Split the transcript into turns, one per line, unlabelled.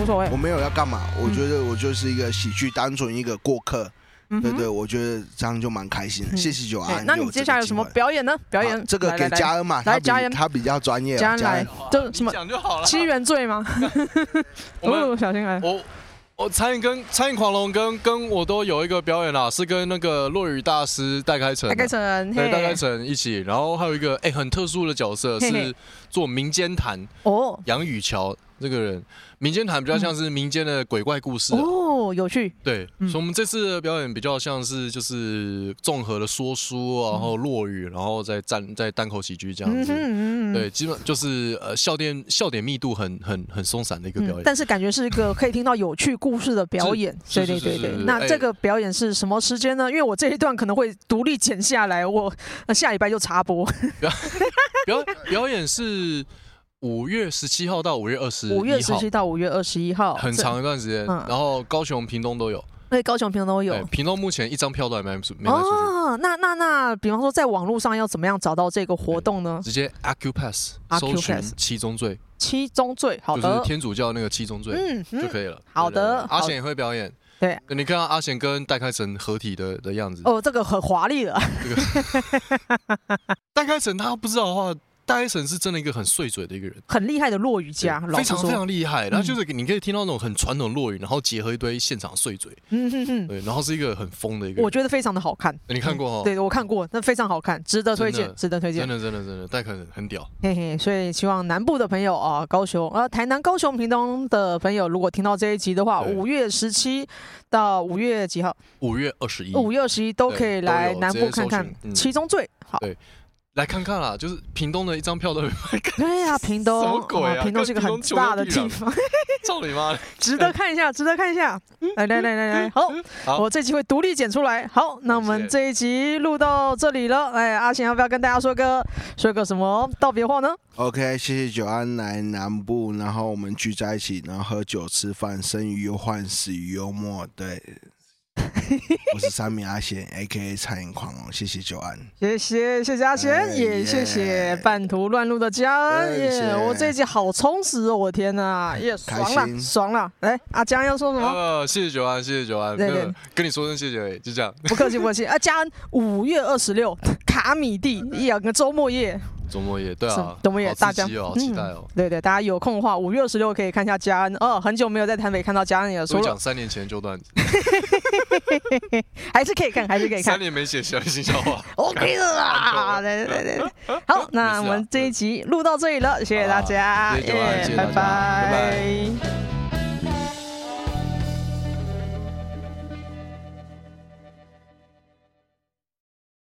无所谓
我。没有要干嘛，我觉得我就是一个喜剧，单纯一个过客。
嗯
对
哼
对，我觉得这样就蛮开心的。
嗯
谢谢九
哎
安。
那你接下来有什么表演呢？表
表
演
这个
来
给
来来
嘉恩嘛，他
来
比
嘉恩
他比较专业。啊
嘉恩来
恩，
这什么
啊讲就好了。
七原罪吗？
我们
哦小心来。
我我餐饮跟餐饮狂龙跟跟我都有一个表演啦，是跟那个落雨大师戴开成啊，
大概成，
对
嘿
戴开成一起，然后还有一个哎、很特殊的角色
嘿嘿
是做民间谈，
哦
杨雨桥这个人，民间谈比较像是民间的鬼怪故事啊、
哦，有趣，
对，
嗯
所以我们这次的表演比较像是就是综合的说书，然后落雨，然后再站再单口喜剧这样
嗯
子。
哼嗯
对，基本就是呃笑点笑点密度很很很松散的一个表
嗯，
演。
但是感觉是一个可以听到有趣故事的表演，对
是
对
是
对
是
对
是。是
那
哎
这个表演是什么时间呢？因为我这一段可能会独立剪下来，我呃下礼拜就插播。
表 表演是五月十七号到五月二十
五月
一
十
号
七，到五月二十一号，
很
这，
长一段时间。
嗯
然后高雄、屏东都有，
对，高雄、屏东都有
对，。屏东目前一张票都还卖不出，没卖出去。
哦，那那那，比方说在网络上要怎么样找到这个活动呢？
直接 Acupass 搜
Acupass
寻七宗罪，
七宗罪，好
就是
的，
天主教那个七宗罪
嗯
就
嗯，
可以了。
好
对对
的
对
好
阿贤也会表演。
对，
你看到阿贤跟戴开成合体的的样子，
哦，这个很华丽了，
戴开成他不知道的话，戴开成是真的一个很碎嘴的一个人。
很厉害的落语家，
对
老
非
实
常非
说，嗯
常厉害，然后就是你可以听到那种很传统的落语，然后结合一堆现场碎嘴，
嗯哼哼，
对，然后是一个很疯的一个
我
人。
觉得非常的好看。
你看过哦？
嗯对，我看过，那非常好看，值得推
真
荐，
的
值得推荐
真。的真的真的，戴凯很很屌，
嘿嘿，所以希望南部的朋友啊，高雄啊，台南、高雄、屏东的朋友，如果听到这一集的话，
对
五月十七到五月几号？
五月二十一，
五月二十一都
嗯对
可以
都
来
有
南
直
部
接
看
搜
看
寻
《
嗯
七宗罪》。好，
对来看看啦，就是屏东的一 张票都没卖，
对哎呀，屏
什
东
么，鬼啊
屏东
跟
是一个
屏
很
东求
大
生
的
欲
地
啊
方，
操你妈！
值得看一下，值得看一下。来来来来来，嗯好，
好
我这集会独立剪出来。好，那我们
谢
这一集录到这里了。哎，阿贤要不要跟大家说个说个什么道别话呢？
OK，谢谢九安来南部，然后我们聚在一起，然后喝酒吃饭，生于忧患，死于幽默。 对，我是三米阿贤，A.K.A. 餐饮狂龙，哦谢谢九安。
谢谢谢谢阿贤，
哎
也谢谢
耶哎
半途乱入的嘉恩，
谢谢哎
耶！我这一集好充实哦，我天哪，耶，爽
开
了
心
爽了！哎，阿嘉恩要说什么？
呃，谢谢九安，谢谢九安，
对
没
对
有跟你说声谢谢而已，就这样。
不客气不客气。啊，嘉恩五月二十六卡米蒂
呃
两个周末夜，
周末夜，对
是
啊，
周末夜
好刺
大家
激哦，好
嗯
期待哦。
对对，大家有空的话，五月二十六可以看一下嘉恩。哦，很久没有在台北看到嘉恩也
所
说
以
了
讲，三年前就段子，
还是可以看，还是可以看
三。年没写小心笑话，
OK 的 啦，对对对对，好，那我们这一集录到这里了，谢谢大家，
啊谢谢九安
耶
谢谢
拜
大家
拜
拜